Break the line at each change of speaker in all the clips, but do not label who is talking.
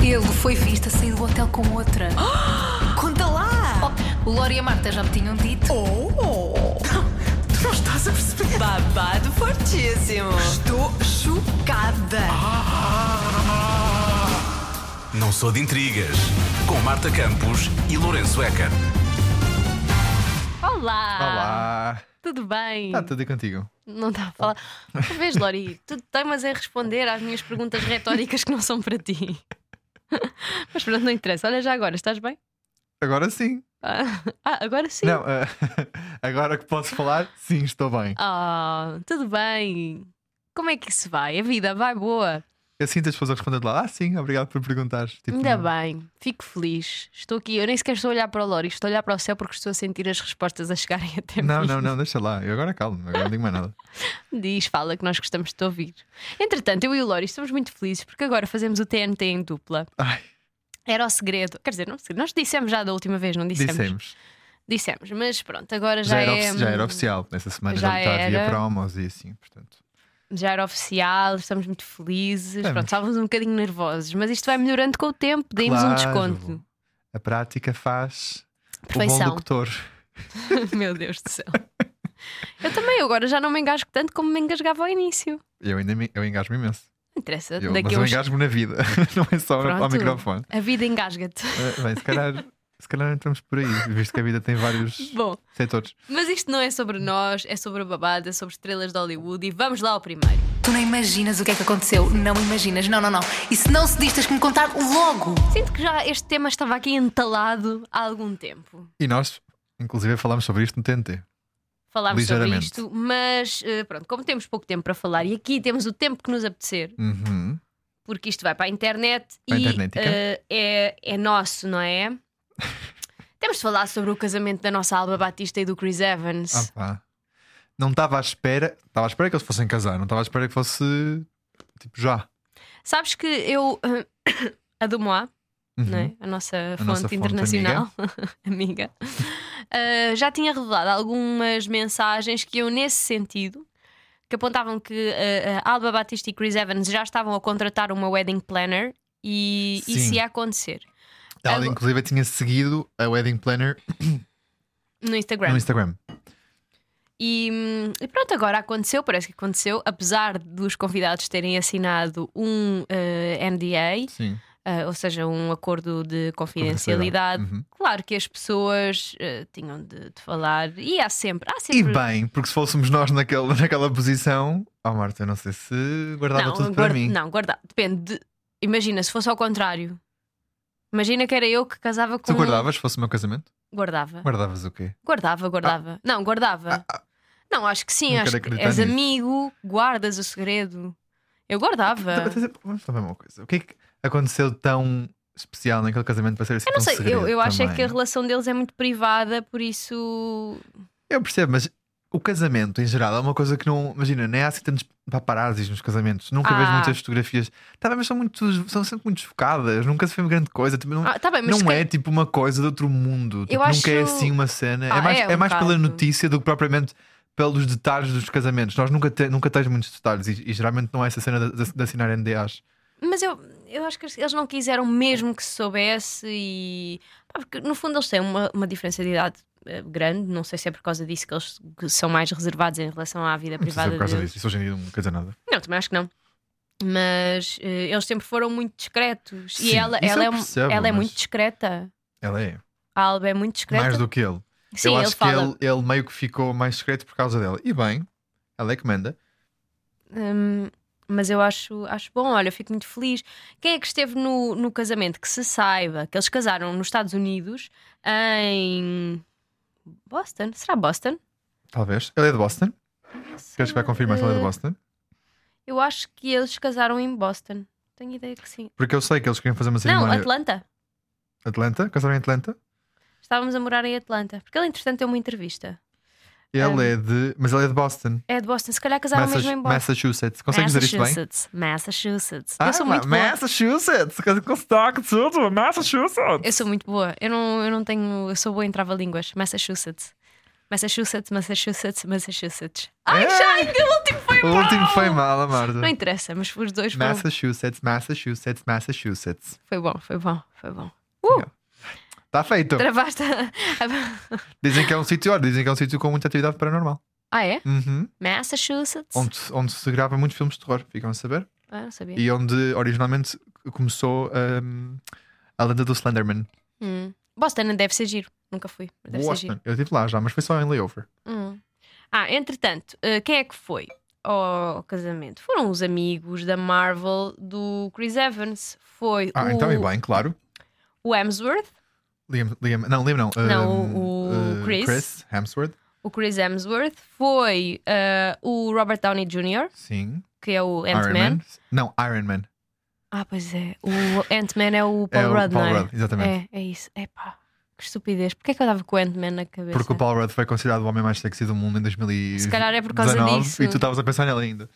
Ele foi visto a sair do hotel com outra.
Conta Então lá!
Oh, o Lori e a Marta já me tinham dito.
Oh!
Tu não estás a perceber?
Babado fortíssimo!
Estou chocada.
Não sou de intrigas. Com Marta Campos e Lourenço Eker.
Olá!
Olá!
Tudo bem?
Está tudo e contigo?
Não está a falar. Por vez, Lori, tu temas em responder às minhas perguntas retóricas que não são para ti. Mas pronto, não interessa. Olha, já agora, estás bem?
Agora sim.
Ah, ah, agora sim.
Não, ah, agora que posso falar, sim, estou bem.
Ah, tudo bem. Como é que isso vai? A vida vai boa.
Eu sinto as pessoas a responder de lá. Ah, sim, obrigado por perguntares. Tipo,
Ainda
não-
bem, fico feliz. Estou aqui, eu nem sequer estou a olhar para o Lori, estou a olhar para o céu porque estou a sentir as respostas a chegarem até
Não,
mim.
não, não, deixa lá. Eu agora calmo, agora não digo mais nada.
Diz, fala que nós gostamos de te ouvir. Entretanto, eu e o Lori estamos muito felizes porque agora fazemos o TNT em dupla.
Ai,
Era o segredo. Quer dizer, não, sei, nós dissemos já da última vez, não dissemos?
dissemos.
Dissemos, mas pronto, agora já,
Já, era,
é,
ofici- já era oficial. Nessa semana
já
já, havia
era.
promos e assim, portanto.
já era oficial, estamos muito felizes.
Estamos.
Pronto, estávamos um bocadinho nervosos, mas isto vai melhorando com o tempo. Demos um
Claro.
desconto.
A prática faz o bom
Perfeição.
locutor.
Meu Deus do céu. Eu também, eu agora já não me engasgo tanto como me engasgava ao início.
Eu ainda me, eu engasgo imenso.
Não interessa,
Eu, mas
daqui a
eu
uns...
engasgo na vida, não é só ao
Pronto.
microfone.
A vida engasga-te.
Ah, Bem, se calhar, se calhar não estamos por aí, visto que a vida tem vários
Bom,
setores.
mas isto não é sobre nós, é sobre o babado, é sobre estrelas de Hollywood e vamos lá ao primeiro.
Tu não imaginas o que é que aconteceu. Não imaginas. Não, não, não. E se não se diz, tens que me contar logo.
Sinto que já este tema estava aqui entalado há algum tempo.
E nós, inclusive, falámos sobre isto no TNT.
Falámos sobre
Ligeiramente.
isto, mas eh, pronto, como temos pouco tempo para falar e aqui temos o tempo que nos apetecer,
Uhum.
porque isto vai para a internet
Para a
e
internetica.
eh, é, é nosso, não é? Temos de falar sobre o casamento da nossa Alba Batista e do Chris Evans.
Ah, pá. Não estava à espera, estava à espera que eles fossem casar, não estava à espera que fosse tipo já.
Sabes que eu. eh, a Dumois,
Uhum.
não é? a nossa fonte
nossa fonte
internacional, amiga, eh, já tinha revelado algumas mensagens que eu, nesse sentido, que apontavam que eh, a Alba Batista e Chris Evans já estavam a contratar uma wedding planner e
Sim.
isso ia acontecer
Ela,
Agora-
inclusive, tinha seguido a Wedding Planner
no Instagram.
no Instagram.
E, hum, e pronto, agora aconteceu, parece que aconteceu, apesar dos convidados terem assinado um eh, NDA,
Sim.
eh, ou seja, um acordo de confidencialidade.
Uhum.
Claro que as pessoas eh, tinham de, de falar, e há sempre. Há
E
sempre
bem, porque se fôssemos nós naquela, naquela posição, oh Marta, eu não sei se guardava
não,
tudo para
guarda,
mim.
não, guarda, depende. de- imagina, se fosse ao contrário, imagina que era eu que casava com. um
Tu guardavas, se fosse o meu casamento?
Guardava.
Guardavas o quê?
Guardava, guardava. Não, guardava. Não, acho que sim,
Ah. Não
acho
quero
que
acreditar
és
nisso.
amigo, guardas o segredo. Eu guardava.
Vamos falar uma coisa. O que é que aconteceu tão especial naquele casamento para ser assim?
Eu não sei, eu, eu acho é que a
também?
relação deles é muito privada, por isso.
Eu percebo, mas o casamento em geral é uma coisa que não. Imagina, nem há assim tantos paparazzis nos casamentos. Nunca vejo
Ah.
muitas fotografias. Tá bem, mas são, muito, são sempre muito desfocadas. Nunca se vê uma grande coisa. Tipo, não
Ah, tá bem, mas.
não
se calhar-
é tipo uma coisa de outro mundo. Tipo,
Eu
nunca é
acho-
assim uma cena.
Ah,
é mais,
é um
mais pela
bocado.
notícia do que propriamente pelos detalhes dos casamentos. Nós nunca, te- nunca tens muitos detalhes e, e geralmente não é essa cena de, de- de assinar NDAs.
Mas eu, eu acho que eles não quiseram mesmo que se soubesse e. pá, porque no fundo eles têm uma, uma diferença de idade eh, grande, não sei se é por causa disso que eles que são mais reservados em relação à vida
Não sei se é
privada
por causa
deles.
disso. Isso hoje em dia não quer dizer nada.
Não, também acho que não. Mas eh, eles sempre foram muito discretos e
Sim,
ela,
isso
ela,
eu
é, um-
percebo,
ela é
mas-
muito discreta.
Ela é.
A Alba é muito discreta.
Mais do que ele.
Sim,
eu
ele
acho que
fala.
ele, ele meio que ficou mais secreto por causa dela. E bem, ela é que manda.
Hum, mas eu acho, acho bom, olha, eu fico muito feliz. Quem é que esteve no, no casamento? Que se saiba que eles casaram nos Estados Unidos em Boston? Será Boston?
Talvez. Ele é de Boston? Queres que vai confirmar se ele é de
Eh,
Boston?
Eu acho que eles casaram em Boston. Tenho ideia que sim.
Porque eu sei que eles queriam fazer uma
Não,
cerimónia.
Atlanta.
Atlanta? Casaram em Atlanta?
Estávamos a morar em Atlanta. Porque ele, entretanto, deu uma entrevista.
Ele
Ah.
é de. Mas ele é de Boston.
É de Boston. Se calhar casaram
Massa-
mesmo em Boston.
Massachusetts. Consegues dizer isto bem?
Massachusetts. Massachusetts.
Ah,
eu sou
ma-
muito boa.
Massachusetts! Com sotaque de tudo! Massachusetts!
Eu sou muito boa. Eu não, eu não tenho. Eu sou boa em trava-línguas. Massachusetts. Massachusetts, Massachusetts, Massachusetts. Ai, já, o último foi
É. O
mal.
último foi mal, a Marta.
Não interessa, mas os dois foram.
Massachusetts, Massachusetts, Massachusetts.
Foi bom, foi bom, foi bom. Uh,
Está feito.
travaste a- a-
Dizem que é um sítio, olha, dizem que é um sítio com muita atividade paranormal.
Ah, é?
Uhum.
Massachusetts?
Onde, onde se grava muitos filmes de terror, ficam a saber.
Ah, não sabia.
E onde originalmente começou hum, a lenda do Slenderman.
Hum. Boston deve ser giro. Nunca fui. mas Deve ser giro.
Boston. Eu estive lá já, mas foi só em layover.
Hum. Ah, entretanto, eh, quem é que foi ao casamento? Foram os amigos da Marvel do Chris Evans. Foi
Ah,
o,
então e bem, claro.
o Hemsworth,
Liam, Liam, não, Liam não.
Não,
hum,
o- o
eh,
Chris.
Hemsworth,
o Chris Hemsworth, foi eh, o Robert Downey Jr.,
sim.
que é o
Iron
Ant-Man.
Man. Não, Iron Man.
Ah, pois é. O Ant-Man é o Paul
é
Rudd,
o Paul
não é?
Rudd, exatamente.
É, é isso. Epá, que estupidez. Porquê é que eu dava com o Ant-Man na cabeça?
Porque o Paul Rudd foi considerado o homem mais sexy do mundo em 2019.
é. Se calhar é por causa disso.
E tu estavas a pensar nele ainda.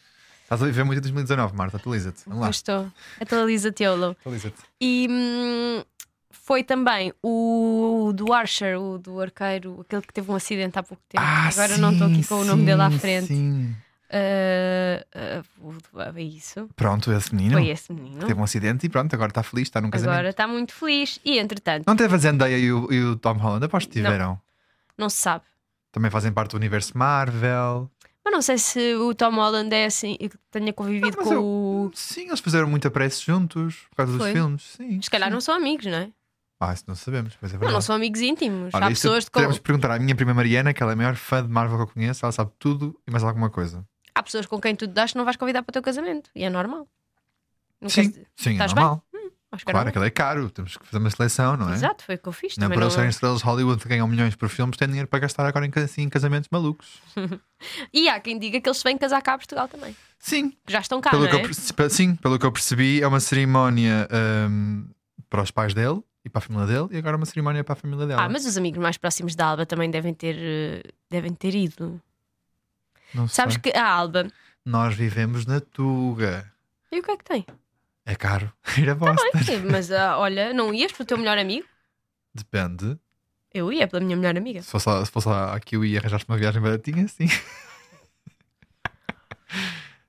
Estás a viver muito em 2019, Marta. Atualiza-te. Vamos lá.
Pois estou. Atualiza-te, Yolo.
Atualiza-te.
E hum, foi também o do Archer, o do arqueiro, aquele que teve um acidente há pouco tempo. Agora não estou aqui com o nome dele à frente.
Ah, Sim.
Ah, ah, o- ah, é isso.
Pronto, esse menino.
Foi esse menino.
Teve um acidente e pronto, agora está feliz, está num casamento.
Agora está muito feliz. E entretanto,
Não teve a Zendaya e o, e o Tom Holland? Aposto que tiveram.
não se sabe.
Também fazem parte do universo Marvel.
Mas não sei se o Tom Holland é assim, que tenha convivido
Não, Ah, mas
com
eu-
o.
Sim, eles fizeram muita press juntos por causa
Foi.
dos filmes. Sim.
Se calhar não são amigos, não é?
Ah, isso não sabemos, mas é
Não,
verdade.
não são amigos íntimos.
Olha,
Há
isso
pessoas, de co-
teremos de perguntar à minha prima Mariana, que ela é a maior fã de Marvel que eu conheço, ela sabe tudo e mais alguma coisa.
Há pessoas com quem tu te das que não vais convidar para o teu casamento. E é normal. Não
sim,
queres-
sim, é
Estás bem?
normal.
Acho que é
Claro,
normal.
aquilo é caro, temos que fazer uma seleção, não é?
Exato, foi o que eu fiz.
Não é
também
por eles
não-
serem estrelas de Hollywood que ganham milhões por filmes, têm dinheiro para gastar agora em, ca- assim, em casamentos malucos.
E há quem diga que eles vêm casar cá a Portugal também.
Sim,
Que já estão cá,
pelo
não
que
é?
eu perce- pe- sim, pelo que eu percebi, é uma cerimónia hum, para os pais dele e para a família dele, e agora é uma cerimónia para a família dela.
Ah, mas os amigos mais próximos da Alba também devem ter, eh, devem ter ido.
Não
Sabes
sei.
que a Alba.
Nós vivemos na Tuga.
E o que é que tem?
É caro ir a Boston.
Sim, mas ah, olha, não ias para o teu melhor amigo?
Depende.
Eu ia pela minha melhor amiga.
Se fosse, lá- se fosse lá aqui eu ia arranjar-te uma viagem baratinha, sim.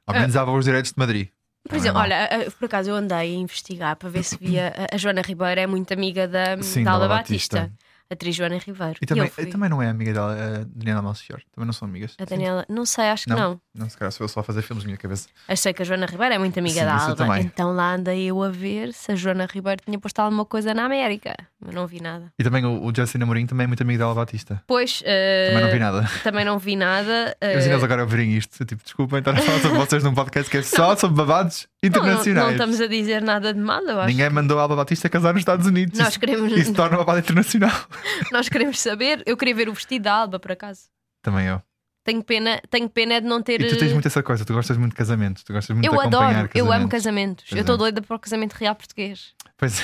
Ao menos
Ah.
há os direitos de Madrid.
Por
Não é
exemplo,
mau.
olha, ah, ah, por acaso eu andei a investigar para ver se via. a- A Joana Ribeiro é muito amiga da,
Sim,
da
da
Alba
Alba
Batista.
Batista.
Atriz Joana Ribeiro.
E também,
eu fui.
também não é amiga dela, a Daniela Malcior. Também não são amigas.
A Daniela, não sei, acho que
Não.
não.
Não, se calhar sou eu só a fazer filmes na minha cabeça.
Achei que a Joana Ribeiro é muito amiga
Sim,
da
isso eu
Alba.
também.
Então lá andei eu a ver se a Joana Ribeiro tinha postado alguma coisa na América. Mas não vi nada.
E também o, o Justin Amorim também é muito amigo dela Batista.
Pois,
Também não vi
eh,
nada.
também não vi nada. eh,
Imagina eles agora ouvirem isto. Eu, tipo, desculpem estar a falar sobre vocês num podcast que é só sobre babados
não, não,
internacionais.
não estamos a dizer nada de mal, eu acho.
Ninguém mandou a Alba Batista casar nos Estados Unidos.
Nós
Isso-
queremos-
Isso torna uma babado internacional.
Nós queremos saber. Eu queria ver o vestido da Alba, por acaso.
Também eu.
Tenho pena, tenho pena é de não ter.
E tu tens
eh,
muito essa coisa, tu gostas muito de casamentos, tu gostas muito
eu
de acompanhar
adoro, eu amo
casamentos.
casamentos.
Pois
eu estou
é.
doida para o casamento real português.
Pois é.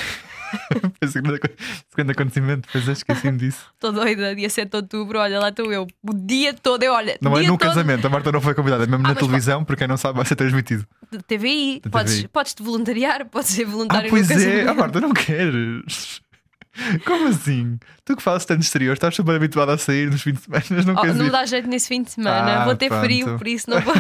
foi o segundo, acon- segundo acontecimento, pois eu esqueci-me disso.
Estou doida, dia 7 de outubro, olha, lá estou eu. O dia todo, eu olha.
Não é
dia
no
todo,
casamento, a Marta não foi convidada, é mesmo
Ah,
na
mas
televisão, porque quem não sabe vai ser transmitido.
de TVI,
Da
Podes,
TVI.
podes te voluntariar, podes ser
Ah,
voluntário
pois
no
é,
casamento.
a Marta não queres. Como assim? Tu que fazes tanto exterior, estás super habituada a sair nos fins de semana, não
Oh,
queres
não
ir.
dá jeito nesse fim de semana,
Ah,
vou ter
pronto.
frio, por isso não vou.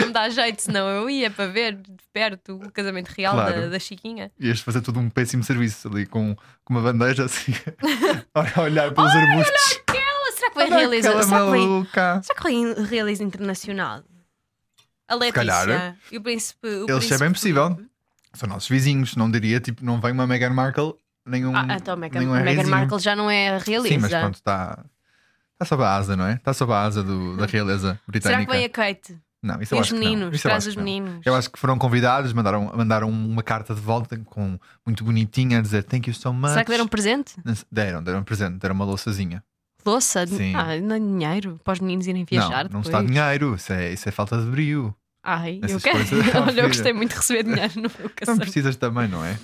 não dá jeito, senão eu ia para ver de perto o casamento real
Claro.
da, da Chiquinha.
Ias fazer todo um péssimo serviço ali com, com uma bandeja assim, a olhar pelos arbustos.
Ela, será que vai
Olha
realizar?
aquela
Será que vai,
maluca.
será que vai realiza internacional? A Letícia
calhar.
e o príncipe. O
Eles
príncipe
é bem possível. São nossos vizinhos, não diria, tipo, não vem uma Meghan Markle, nenhum.
Ah, então Meghan,
nenhum
Meghan
Harryzinho.
Markle já não é realeza.
é Sim, mas pronto, está. Está sob a asa, não é? Está sob a asa do- da realeza
Hum. Será que
britânica.
vem a Kate?
Não, é. isso
e
eu
os
acho que não.
meninos?
Isso eu
Traz
acho
os
que não.
meninos.
Eu acho que foram convidados, mandaram, mandaram uma carta de volta com, muito bonitinha a dizer thank you so much.
Será que deram presente?
Não sei- Deram, deram um presente, deram uma louçazinha.
Louça?
Sim.
Ah, não é dinheiro para os meninos irem viajar
não, não
depois.
está dinheiro, isso é, isso é falta de brilho.
Ai, eu
Essas
quero.
coisas não
Olha, eu
vira.
gostei muito de receber dinheiro no meu
Não
casamento.
precisas também, não é?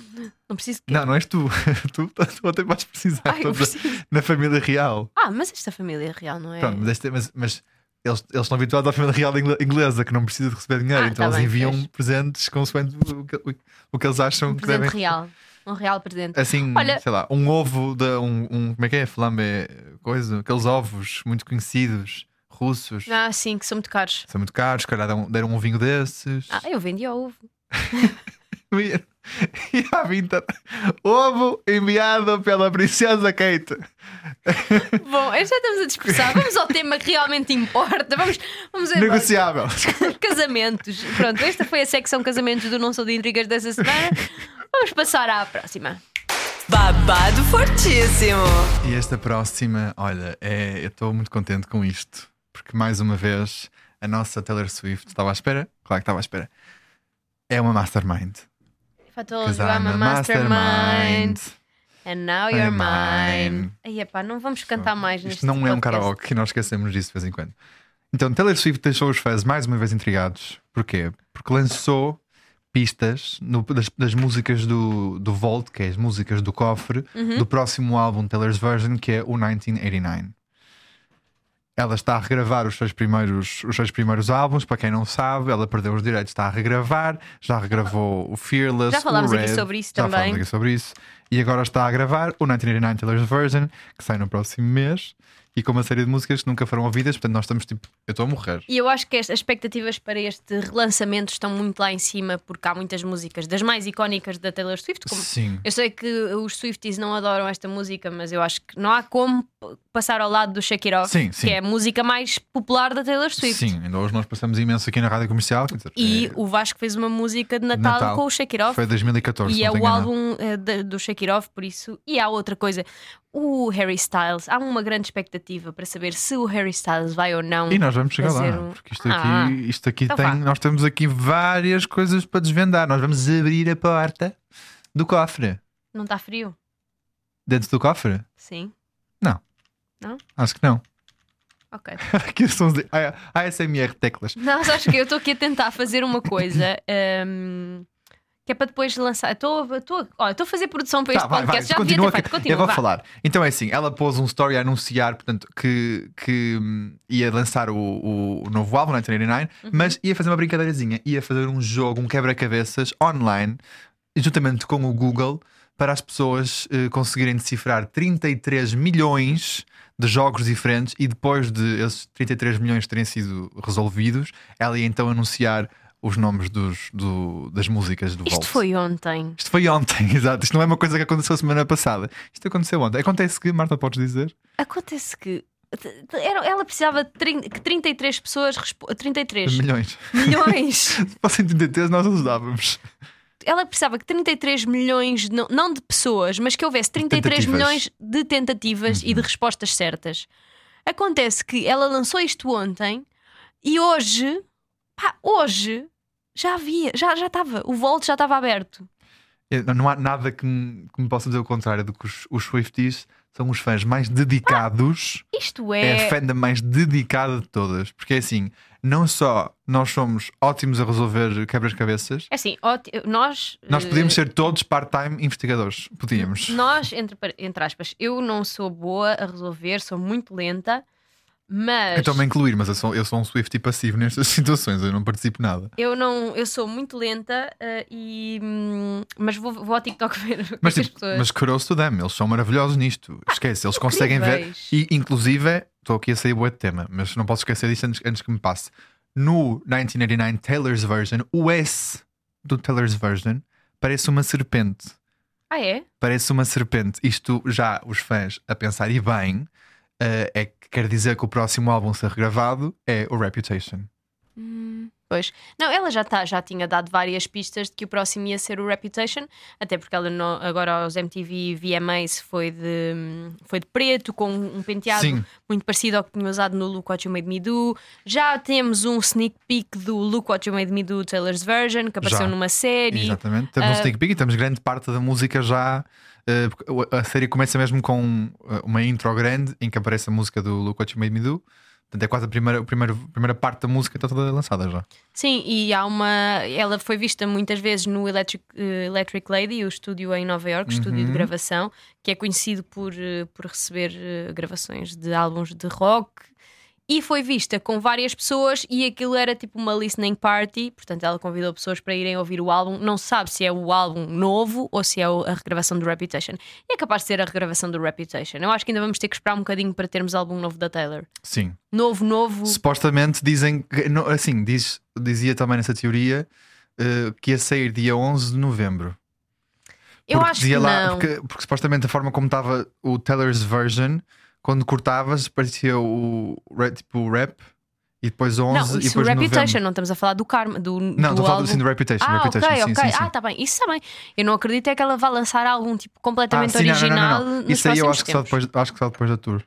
Não preciso. que-
Não, não és tu. tu, tu até vais precisar
Ai, eu
toda-
preciso.
na família real.
Ah, mas esta família é real, não é?
Pronto, mas, este- mas- mas eles, eles estão habituados à família real ingle- inglesa que não precisa de receber dinheiro,
Ah,
então
tá
eles
bem,
enviam
pois.
presentes consoante o que, o- o que eles acham
um
que
presente
devem.
real. Um real presente.
Assim,
Olha-
sei lá, um ovo de um, um- Como é que é? Flambe coisa? Aqueles ovos muito conhecidos, russos.
Ah, sim, que são muito caros.
São muito caros, se calhar deram, deram um vinho desses.
Ah, eu vendi ao ovo.
E há 20 anos, Ovo enviado pela princesa Kate.
Bom, já estamos a dispersar. Vamos ao tema que realmente importa. Vamos, vamos embora.
Negociável.
Casamentos. Pronto, esta foi a secção casamentos do Não Sou de Intrigas dessa semana. Vamos passar à próxima.
Babado fortíssimo.
E esta próxima, olha, é, eu estou muito contente com isto, porque mais uma vez a nossa Taylor Swift estava à espera, claro que estava à espera. É uma mastermind.
Fatou,
Because
you are
I'm
my
a
é mastermind. And now you're mine.
mine.
Aí, epá, não vamos cantar mais neste
Isto não é
podcast.
um karaoke, nós esquecemos disso de vez em quando. Então, Taylor Swift deixou os fãs mais uma vez intrigados. Porquê? Porque lançou pistas no- das, das músicas do, do Vault, que é as músicas do cofre,
Uhum.
do próximo álbum Taylor's Version, que é o 1989. Ela está a regravar os seus, primeiros, os seus primeiros álbuns, para quem não sabe, ela perdeu os direitos, está a regravar, já regravou o Fearless.
Já falámos
o
aqui
Red,
sobre isso
já
também.
falámos aqui é sobre isso. E agora está a gravar o 1989 Taylor's Version, que sai no próximo mês, e com uma série de músicas que nunca foram ouvidas, portanto nós estamos tipo, eu estou a morrer.
E eu acho que as as expectativas para este relançamento estão muito lá em cima, porque há muitas músicas das mais icónicas da Taylor Swift. Como...
Sim.
Eu sei que os Swifties não adoram esta música, mas eu acho que não há como p- passar ao lado do Shake It Off,
Sim, sim.
que é a música mais popular da Taylor Swift.
Sim, ainda hoje nós passamos imenso aqui na rádio comercial. quer dizer,
E
é-
o Vasco fez uma música de Natal,
Natal.
com o Shake It Off.
foi 2014.
E
não
é
estou
o
enganado.
álbum eh, da- do Shakirov, por isso. E há outra coisa. O Harry Styles. Há uma grande expectativa para saber se o Harry Styles vai ou não.
E nós vamos chegar
fazer
lá,
um-
porque isto
Ah,
aqui, isto aqui
Então vá.
tem, nós temos aqui várias coisas para desvendar. Nós vamos abrir a porta do cofre.
Não está frio?
Dentro do cofre?
Sim.
Acho que não.
Ok.
Aqui são de ASMR teclas.
Não, sabes que eu estou aqui a tentar fazer uma coisa. ehm, que é para depois lançar. Estou estou- olha, estou a fazer produção para
Tá,
este
vai, vai,
podcast. Já devia
continua
ter feito.
que-
Continua,
eu vou
vá.
falar. Então é assim, ela pôs um story a anunciar portanto, que, que hum, ia lançar o, o- o novo álbum, né, 1989,
Uhum.
mas ia fazer uma brincadeirazinha, ia fazer um jogo, um quebra-cabeças online, juntamente com o Google, para as pessoas eh, conseguirem decifrar 33 milhões de jogos diferentes e depois de esses 33 milhões terem sido resolvidos, ela ia então anunciar os nomes dos, do- das músicas do
Isto
Vault.
foi ontem.
Isto foi ontem, exato. Isto não é uma coisa que aconteceu semana passada. Isto aconteceu ontem. Acontece que, Marta, podes dizer?
Acontece que. t- t- era- Ela precisava de trin- que 33 pessoas. respo- 33
Milhões.
milhões.
Se fossem 33, nós ajudávamos.
ela precisava que 33 milhões, não, não de pessoas, mas que houvesse 33
Tentativas. Uhum.
milhões de tentativas e de respostas certas. Acontece que ela lançou isto ontem e hoje, pá, hoje já havia, já já estava, o Volt já estava aberto.
Eu- Não há nada que me, que me possa dizer o contrário do que os, os Swifties são os fãs mais dedicados.
Isto
É
é,
a fandom mais dedicada de todas. Porque é assim, não só nós somos ótimos a resolver quebras-cabeças,
é assim, óti- nós
nós
eh,
podíamos ser todos part-time investigadores. Podíamos.
Nós, entre, par- entre aspas, eu não sou boa a resolver, sou muito lenta, mas
Eu estou-me a incluir, mas eu sou, eu sou um Swiftie passivo nestas situações. Eu não participo nada.
Eu não, eu sou muito lenta eh, e hum, mas vou, vou ao TikTok ver o que
Mas,
é que as
tipo,
pessoas.
mas kudos to them, eles são maravilhosos nisto. Esquece, eles conseguem ver.
incríveis.
E, inclusive, estou aqui a sair bué de tema, mas não posso esquecer disso antes, antes que me passe. No 1989 Taylor's Version, o S do Taylor's Version parece uma serpente.
Ah, é?
Parece uma serpente. Isto já os fãs a pensar, e bem, eh, é que quer dizer que o próximo álbum a ser regravado é o Reputation.
Pois. Não, ela já, tá, já tinha dado várias pistas de que o próximo ia ser o Reputation, até porque ela não- agora aos MTV VMAs foi de, hum, foi de preto, com um penteado
Sim.
muito parecido ao que tinha usado no Look What You Made Me Do. Já temos um sneak peek do Look What You Made Me Do Taylor's Version, que apareceu
Já.
numa série. Ah,
Exatamente. Temos um sneak peek e temos grande parte da música já. eh, porque o- a série começa mesmo com eh, uma intro grande em que aparece a música do Look What You Made Me Do. Portanto, é quase a primeira, a primeira, a primeira parte da música está toda lançada já.
Sim, e há uma. Ela foi vista muitas vezes no Electric, eh, Electric Lady, o estúdio em Nova York, estúdio
Uhum.
de gravação, que é conhecido por, eh, por receber eh, gravações de álbuns de rock e foi vista com várias pessoas e aquilo era tipo uma listening party, portanto ela convidou pessoas para irem ouvir o álbum, não se sabe se é o álbum novo ou se é o- a regravação do Reputation. E é capaz de ser a regravação do Reputation. Eu acho que ainda vamos ter que esperar um bocadinho para termos álbum novo da Taylor.
Sim.
Novo, novo.
Supostamente dizem. que- não, Assim, diz, dizia também nessa teoria eh, que ia sair dia 11 de novembro.
Eu
Porque
acho que
dizia lá-
não.
Porque, porque supostamente a forma como estava o Taylor's version, quando cortavas, parecia o, re- tipo, o rap e depois 11
Não,
e
isso
depois
Reputation,
novembro.
não estamos a falar do Karma, do
Não,
do
estou a falar
álbum.
assim, do Reputation.
Ah,
Reputation,
ok,
sim,
ok.
sim, sim.
Ah, tá bem. Isso também. Eu não acredito é que ela vá lançar algum tipo completamente
Ah, sim, não, não, não,
original
não, não.
nos
Isso aí eu
próximos
acho que, só
tempos.
depois, acho que só depois da tour.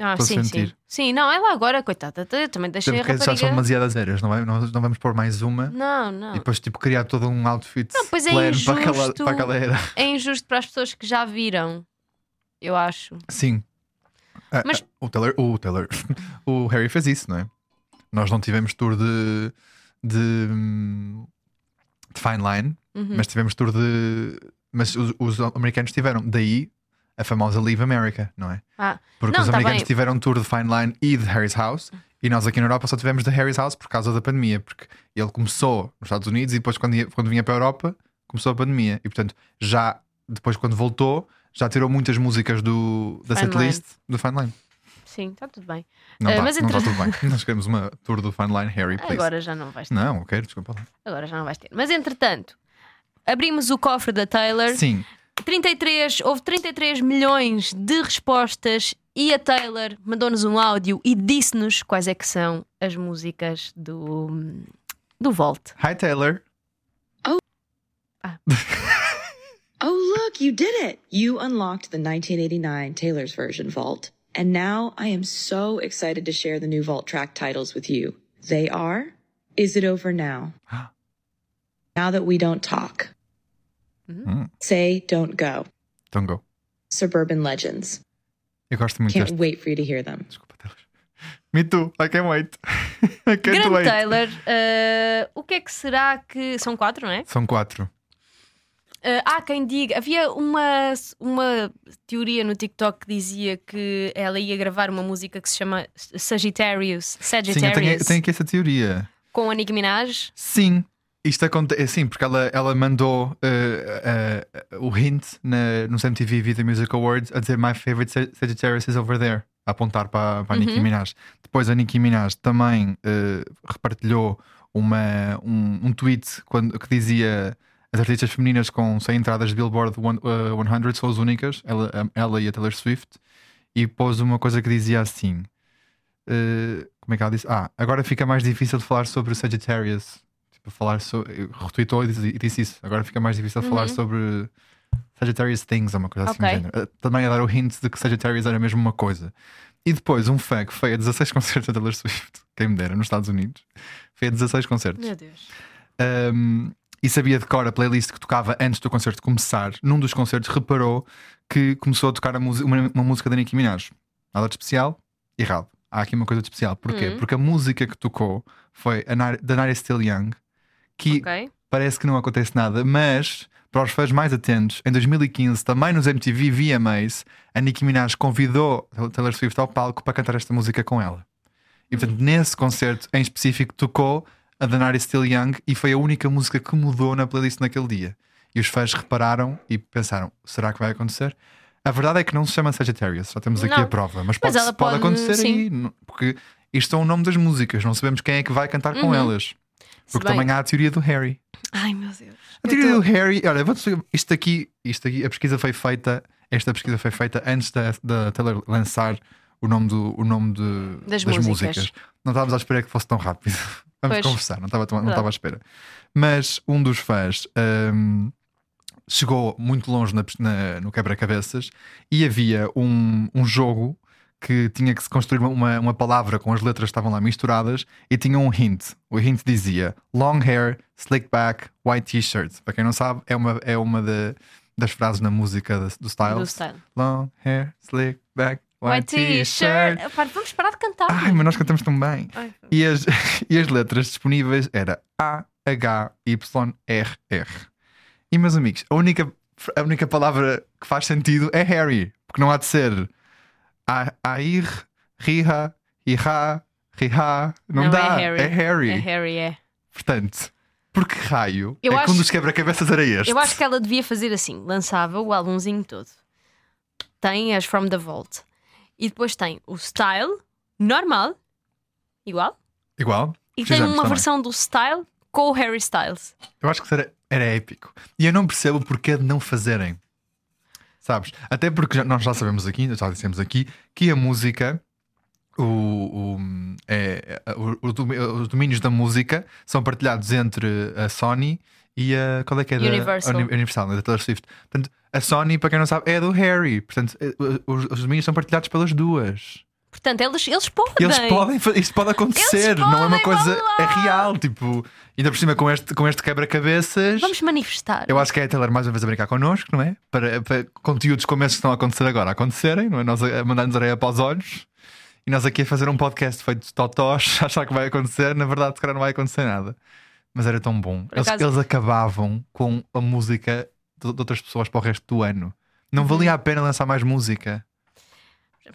Ah,
Estou a
sim, sim.
sentir.
Sim, não, ela agora, coitada, eu também deixei a
Porque já são
rapariga.
demasiadas eras, não, vai, nós não vamos pôr mais uma
Não, não.
e depois tipo, criar todo um outfit
Não, pois é
plano para aquela,
injusto.
para aquela era.
É injusto para as pessoas que já viram, eu acho.
Sim. Ah,
Mas-
ah, o Taylor, o Taylor, o Harry fez isso, não é? Nós não tivemos tour de de, hum, de Fine Line,
Hum. Uhum.
mas tivemos tour de mas os, os americanos tiveram, daí a famosa Leave America, não é?
Ah,
Porque
não,
os
tá
americanos
bem.
tiveram um tour de Fine Line e de Harry's House. E nós aqui na Europa só tivemos de Harry's House por causa da pandemia, porque ele começou nos Estados Unidos e depois, quando, ia- quando vinha para a Europa, começou a pandemia. E portanto, já depois, quando voltou, já tirou muitas músicas do, da
Fine
setlist do Fine Line.
Sim, está tudo bem.
Não
Ah,
está
mas
não tá
entre-
tudo bem. Nós queremos uma tour do Fine Line Harry, please.
Agora já não vais ter.
Não, ok, desculpa lá.
Agora já não vais ter. Mas entretanto, abrimos o cofre da Taylor.
Sim,
33, houve 33 milhões de respostas e a Taylor mandou-nos um áudio e disse-nos quais é que são as músicas do, do Volt.
hi Taylor.
Oh, look, you did it. You unlocked the 1989 Taylor's version vault. And now I am so excited to share the new vault track titles with you. They are Is It Over Now? now That We Don't Talk.
Mm.
Say Don't Go.
Don't go.
Suburban Legends.
Eu gosto muito
Can't
é?
deste.
wait for you to hear them.
Desculpa, Taylor. Me too, I can't wait. I can't
Grande
wait.
Taylor, eh, o que é que será que. São quatro, não é?
São quatro.
Eh, há quem diga. Havia uma, uma teoria no TikTok que dizia que ela ia gravar uma música que se chama Sagittarius,
Sim, eu
Sagittarius
tenho, eu tenho aqui essa teoria.
com a Nicki Minaj.
Sim, isto acontece. Sim, porque ela, ela mandou eh, eh, eh, o hint na, no MTV Video Music Awards a dizer My favorite Sag- Sagittarius is over there, a apontar para, para a Nicki Minaj. Depois a Nicki Minaj também eh, repartilhou uma, um, um tweet quando, que dizia. As artistas femininas com 100 entradas de Billboard one- eh, 100 são as únicas, ela, ela e a Taylor Swift, e pôs uma coisa que dizia assim: eh, como é que ela disse? Ah, agora fica mais difícil de falar sobre o Sagittarius. Tipo, falar sobre. Retweetou e disse, e disse isso. Agora fica mais difícil de falar sobre Sagittarius Things, ou uma coisa assim. do
Ok.
género. Eh, Também a dar o hint de que Sagittarius era mesmo uma coisa. E depois, um fã que foi a 16 concertos da Taylor Swift, quem me dera, nos Estados Unidos, foi a 16 concertos.
Meu Deus.
Um, e sabia de cor a playlist que tocava antes do concerto começar. Num dos concertos reparou que começou a tocar a musi- uma, uma música da Nicki Minaj. Nada de especial? Errado. Há aqui uma coisa de especial. Porquê? Porque a música que tocou foi a Nar- da Nara Still Young, que
Ok.
parece que não acontece nada, mas para os fãs mais atentos, em 2015, também nos MTV VMAs, a Nicki Minaj convidou a Taylor Swift ao palco para cantar esta música com ela. E portanto, nesse concerto em específico, tocou a Danari Still Young e foi a única música que mudou na playlist naquele dia. E os fãs repararam e pensaram: será que vai acontecer? A verdade é que não se chama Sagittarius, só temos aqui
Não.
a prova. Mas,
Mas
pode,
ela
pode
pode-
acontecer
sim.
aí, n- porque isto é o nome das músicas, não sabemos quem é que vai cantar com elas.
Uhum.
Porque
bem-
também há a teoria do Harry.
Ai, meu Deus.
A teoria do Harry, olha, vou isto aqui, isto aqui, a pesquisa foi feita, esta pesquisa foi feita antes da, da Taylor lançar o nome, do, o nome de-
Das
das,
músicas.
músicas. Não estávamos à espera que fosse tão rápido. Vamos
Pois.
conversar, não estava, tão- não
Verdade.
estava à espera. Mas um dos fãs hum, chegou muito longe na pes- na- no quebra-cabeças e havia um, um jogo que tinha que se construir uma, uma palavra com as letras que estavam lá misturadas e tinha um hint. O hint dizia long hair, slick back, white t-shirt. Para quem não sabe, é uma, é uma da- das frases na música da- do Styles.
Do Style.
Long hair, slick back,
White
white,
T-shirt.
t-shirt.
Pá, Vamos parar de cantar.
Ai, mas nós cantamos tão bem.
Ai.
E as, e as letras disponíveis era A, H, Y, R, R. E meus amigos, a única, a única palavra que faz sentido é Harry, porque não há de ser A- Air, Riha, Ira, Riha, não,
é
dá.
Harry.
É Harry.
É Harry, é.
Portanto, por que raio
Eu
é que
acho-
um dos quebra-cabeças era este?
Eu acho que ela devia fazer assim: lançava o álbumzinho todo. Tem as From the Vault. E depois tem o style normal, igual.
Igual.
E tem
fizemos tá
uma
também.
versão do style com o Harry Styles.
Eu acho que isso era, era épico. E eu não percebo o porquê de não fazerem. Sabes? Até porque já- nós já sabemos aqui, já dissemos aqui, que a música. O, o- é, é, o- o domi- os domínios da música são partilhados entre a Sony e a. Qual é que é? da-
Universal.
a Uni- Universal, né, da Taylor Swift. Portanto, a Sony, para quem não sabe, é do Harry. Portanto, é, o- os, os domínios são partilhados pelas duas.
Portanto, eles, eles podem.
E Eles podem, fa- isto pode acontecer, não é uma
podem,
coisa.
vamos
É
lá.
real, tipo. Ainda por cima, com este, com este quebra-cabeças.
Vamos manifestar.
Eu acho que é a Taylor mais uma vez a brincar connosco, não é? Para, para conteúdos como esses que estão a acontecer agora a acontecerem, não é? Nós a a mandar-nos areia para os olhos e nós aqui a fazer um podcast feito de totós, a achar que vai acontecer, na verdade, se calhar não vai acontecer nada. Mas era tão bom. Eles,
acaso-
eles acabavam com a música de, de outras pessoas para o resto do ano.
Uhum.
Não valia a pena lançar mais música.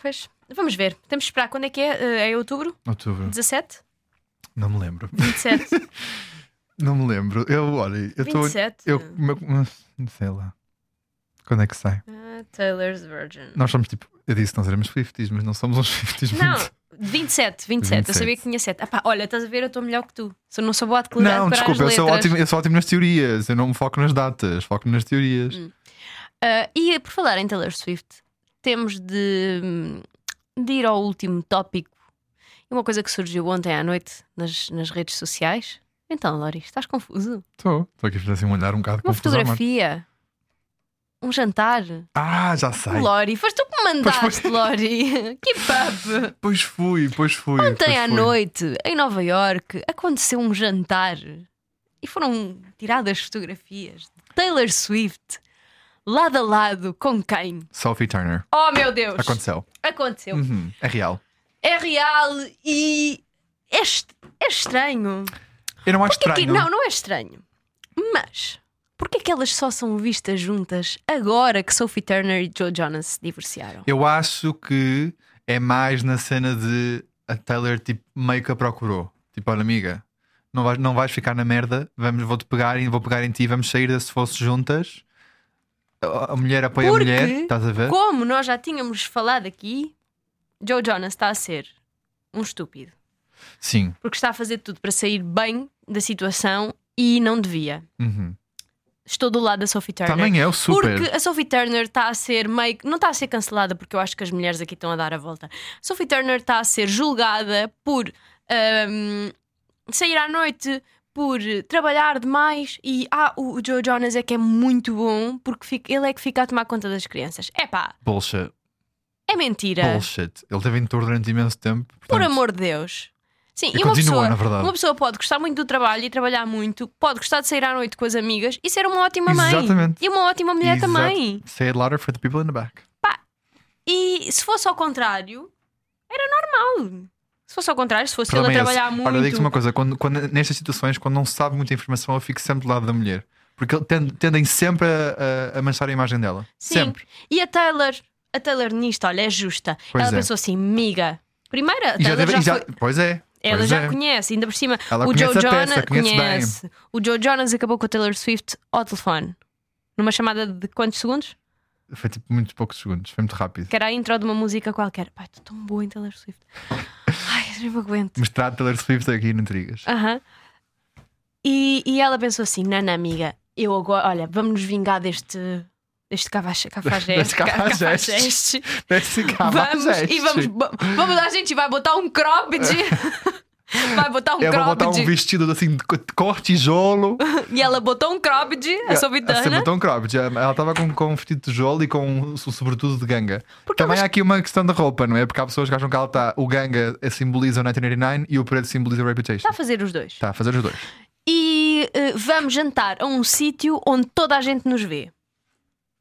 Pois, vamos ver. Temos de esperar. Quando é que é? Eh, É outubro?
Outubro.
17?
Não me lembro.
27?
Não me lembro. Eu, olha, eu estou.
27?
Eu. meu- hum, sei lá. Quando é que sai?
Ah, Taylor's Virgin.
Nós somos tipo. Eu disse que nós éramos 50s, mas não somos uns 50s.
Não,
muito.
27, 27. Eu
27.
sabia que tinha 7. Ah, pá, olha, estás a ver? Eu estou melhor que tu. Se eu não sou boa a decorar,
Não,
decorar
desculpa, eu
as
sou,
letras.
ótimo, eu sou ótimo nas teorias. Eu não me foco nas datas, foco nas teorias.
Hum. Ah, e por falar em Taylor Swift, temos de, de ir ao último tópico. E Uma coisa que surgiu ontem à noite nas, nas redes sociais. Então, Lori, estás confuso?
Estou. Estou aqui a fazer assim um olhar um bocado
Uma
confusão, mano.
fotografia? Um jantar?
Ah,
Um
já sei.
Lori, foste tu que me
Pois
mandaste,
foi.
Lori. Keep up!
Pois fui, pois fui. pois
Ontem à
fui.
noite, em Nova Iorque, aconteceu um jantar e foram tiradas fotografias de Taylor Swift lado a lado com quem?
Sophie Turner.
Oh meu Deus!
Aconteceu.
Aconteceu.
Uhum, É real.
É real e é, est- é estranho.
Eu não acho
Porque é que-
estranho.
não, não é estranho. Mas porquê é que elas só são vistas juntas agora que Sophie Turner e Joe Jonas se divorciaram?
Eu acho que é mais na cena de a Taylor tipo, meio que a procurou. Tipo, olha, amiga, não vais, não vais ficar na merda, vamos, vou-te pegar e vou pegar em ti, vamos sair se fosse juntas. A a mulher apoia
Porque,
a mulher, estás a ver?
Como nós já tínhamos falado aqui, Joe Jonas está a ser um estúpido.
Sim.
Porque está a fazer tudo para sair bem da situação e não devia.
Uhum.
Estou do lado da Sophie Turner.
Também é o super.
Porque a Sophie Turner está a ser meio. que- Não está a ser cancelada, porque eu acho que as mulheres aqui estão a dar a volta. A Sophie Turner está a ser julgada por ahm, sair à noite, por trabalhar demais e. Ah, o o Joe Jonas é que é muito bom, porque fica- ele é que fica a tomar conta das crianças. É pá,
Bullshit.
é mentira.
Bullshit. Ele teve em tour durante imenso tempo.
Por
portanto,
amor de Deus. Sim,
E
e uma,
continua,
pessoa,
na verdade.
uma pessoa pode gostar muito do trabalho e trabalhar muito, pode gostar de sair à noite com as amigas e ser uma ótima mãe.
Exatamente.
E uma ótima mulher
Exato.
também.
Say it louder for the people in the back.
E se fosse ao contrário, era normal. Se fosse ao contrário, se fosse
Problema
ele
é
a
esse.
trabalhar
Ora, digo-te uma
muito.
coisa: quando, quando- nestas situações, quando não se sabe muita informação, eu fico sempre do lado da mulher. Porque ele tend- tendem sempre a, a- a manchar a imagem dela.
Sim.
Sempre.
E a Taylor, a Taylor nisto, olha, é justa.
Pois
ela
é.
pensou assim, miga. Primeiro, a
E já
Taylor
teve-
já
e já-
foi-
Pois é.
Ela
pois
já
é.
conhece, ainda por cima.
Ela
o
conhece
Joe
a peça,
Jonas
conhece bem.
O Joe Jonas acabou com a Taylor Swift ao telefone. Numa chamada de quantos segundos?
Foi tipo muito poucos segundos, foi muito rápido.
Que era a intro de uma música qualquer. Pai, estou tão boa em Taylor Swift. Ai, eu não aguento.
Mostrado Taylor Swift aqui no Trigas.
Aham. E, e ela pensou assim: Nana, amiga, eu agora, olha, vamos nos vingar deste. Deste cavache-
Deste
cafajeste. ca-
cafajeste.
cafajeste.
Parece que há mais
Vamos e
gestos.
vamos. bo- Vamos lá, gente, vai botar um cropped. Vai botar um
Eu vou botar um
cropped.
vestido assim de co- de cor tijolo.
e ela botou um cropped, a sua
A Sam
bitana.
Tom Cropped, já- ela estava com, com um vestido de tijolo e com um so- sobretudo de ganga.
Porque
Também
elas-
há aqui uma questão da roupa, não é? Porque há pessoas que acham que ela está. O ganga simboliza o 1989 e o preto simboliza o Reputation.
Está Tá a fazer os dois.
Está a fazer os dois.
E eh, vamos jantar a um sítio onde toda a gente nos vê.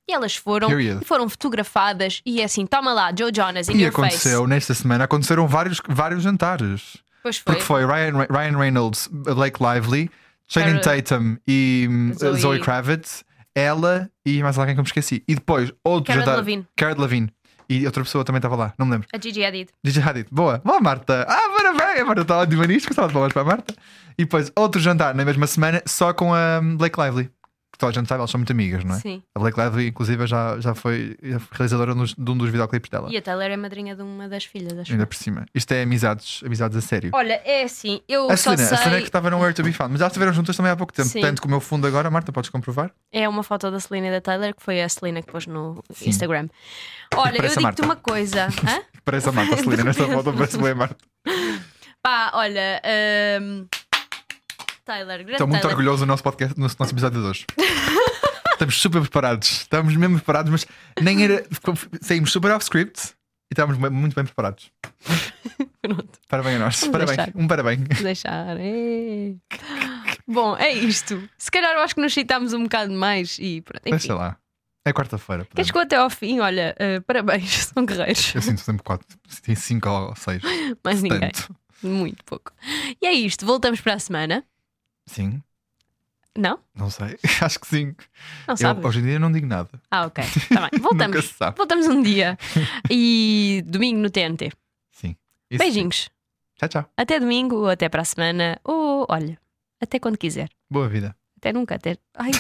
E elas foram,
Period.
foram fotografadas e é assim, toma lá, Joe Jonas, in
E
your
aconteceu,
face.
nesta semana, aconteceram vários, vários jantares.
Pois foi.
Porque foi Ryan, Re- Ryan Reynolds, Blake Lively, Channing
Cara-
Tatum e hum,
Zoe-
Zoe, Kravitz, ela e mais alguém que eu me esqueci. E depois outro
Cara
jantar.
Delevingne.
Cara Levine. E outra pessoa também estava lá, não me lembro.
A Gigi Hadid.
Gigi Hadid, boa, boa Marta. Ah, parabéns, a Marta está lá de manisco, estava de palmas para a Marta. E depois outro jantar na mesma semana, só com a hum, Blake Lively. Que toda a gente sabe, elas são muito amigas, não é?
Sim.
A Blake Lively, inclusive, já, já foi já foi realizadora nos- de um dos videoclipes dela.
E a Taylor é madrinha de uma das filhas, acho.
Ainda por cima. Isto é amizades, amizades a sério.
Olha, é assim, eu
A
só
Selena, a Selena
sei.
que tá- estava no Where to Be Found, mas elas estiveram juntas também há pouco tempo.
Sim.
Tanto que o meu fundo agora, Marta, podes comprovar?
É uma foto da Selena e da Taylor, que foi a Selena que pôs no Instagram. Olha, eu
Parece
digo-te
a Tipo, Marta.
uma coisa. Hã?
Parece a Marta, a Selena, nesta foto parece bem a Marta.
Pá, olha. hum, Taylor, grande
Estou muito
Taylor.
orgulhoso do nosso podcast, do nosso nosso episódio de hoje. estamos super preparados, estamos mesmo preparados, mas nem era. Saímos super off script e estávamos bem- muito bem preparados.
Pronto,
Parabéns a nós.
Vamos
parabéns.
deixar.
Um parabéns.
vou deixar. É. Bom, é isto. Se calhar eu acho que nos citámos um bocado mais e pronto. Enfim.
Deixa lá. É quarta-feira.
Quem
portanto.
chegou até ao fim, olha, eh, parabéns, são guerreiros.
Eu sinto sempre quatro. Tem cinco ou seis.
Mais ninguém.
Tanto.
Muito pouco. E é isto, voltamos para a semana.
Sim.
Não?
Não sei. Acho que sim.
Não
Eu,
sabes?
hoje em dia não digo nada.
Ah, ok. Tá bem.
Nunca
Voltamos.
se sabe.
Voltamos um dia. E domingo no TNT.
Sim. Isso sim.
Beijinhos.
Tchau, tchau.
Até domingo, ou até para a semana, ou olha, até quando quiser.
Boa vida.
Até nunca, até. Ai,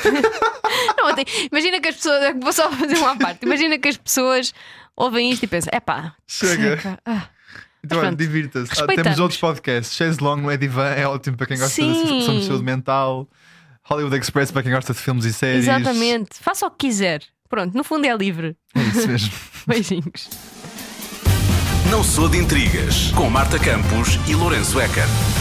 não, até- Imagina que as pessoas. Vou só fazer uma parte. Imagina que as pessoas ouvem isto e pensam: epá,
Chega.
seca. Ah,
Então, olha,
pronto,
divirta-se. Ah, temos
respeitamos.
outros podcasts. Chase Long não é divã, é ótimo para quem gosta de
Sim.
situação de saúde mental. Hollywood Express para quem gosta de filmes e séries.
exatamente. Faça o que quiser. Pronto, no fundo é livre.
É isso mesmo.
Beijinhos.
Não sou de intrigas com Marta Campos e Lourenço Eker.